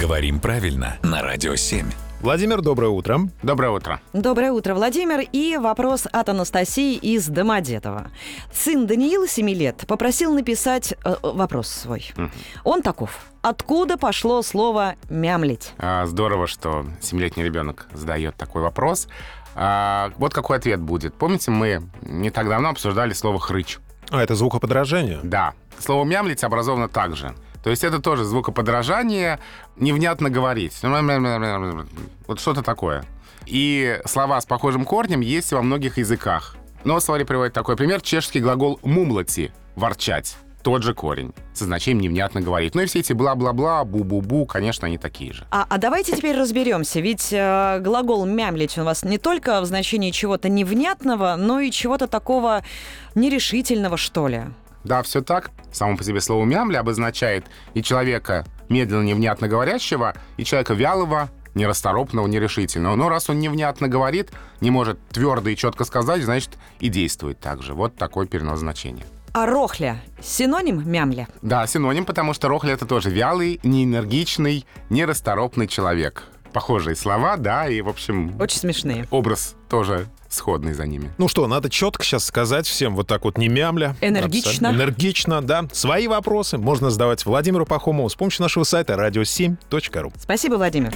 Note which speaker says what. Speaker 1: Говорим правильно на Радио 7.
Speaker 2: Владимир, доброе утро.
Speaker 3: Доброе утро.
Speaker 4: Доброе утро, Владимир. И вопрос от Анастасии из Домодедова. Сын Даниила, 7 лет, попросил написать э, вопрос свой. Он таков. Откуда пошло слово «мямлить»?
Speaker 3: А, Здорово, что семилетний ребенок задает такой вопрос. А, Вот какой ответ будет. Помните, мы не так давно обсуждали слово «хрыч».
Speaker 2: А, это звукоподражание?
Speaker 3: Да. Слово «мямлить» образовано так же. То есть это тоже звукоподражание, невнятно говорить. Вот что-то такое. И слова с похожим корнем есть во многих языках. Но словари приводит такой пример. Чешский глагол «мумлати» — «ворчать». Тот же корень. Со значением «невнятно говорить». Ну и все эти бла-бла-бла, бу-бу-бу, конечно, они такие же.
Speaker 4: А, а давайте теперь разберемся, ведь э, глагол «мямлить» у вас не только в значении чего-то невнятного, но и чего-то такого нерешительного, что ли.
Speaker 3: Да, все так. Само по себе слово «мямля» обозначает и человека медленно невнятно говорящего, и человека вялого, нерасторопного, нерешительного. Но раз он невнятно говорит, не может твердо и четко сказать, значит и действует так же. Вот такое перенос значения.
Speaker 4: А рохля – синоним «мямля».
Speaker 3: Да, синоним, потому что Рохля — это тоже вялый, неэнергичный, нерасторопный человек. Похожие слова, да, и, в общем,
Speaker 4: Очень смешные.
Speaker 3: образ тоже сходный за ними.
Speaker 2: Ну что, надо четко сейчас сказать всем, вот так вот не мямля.
Speaker 4: Энергично.
Speaker 2: Абсолютно. Энергично, да. Свои вопросы можно задавать Владимиру Пахомову с помощью нашего сайта radio7.ru.
Speaker 4: Спасибо, Владимир.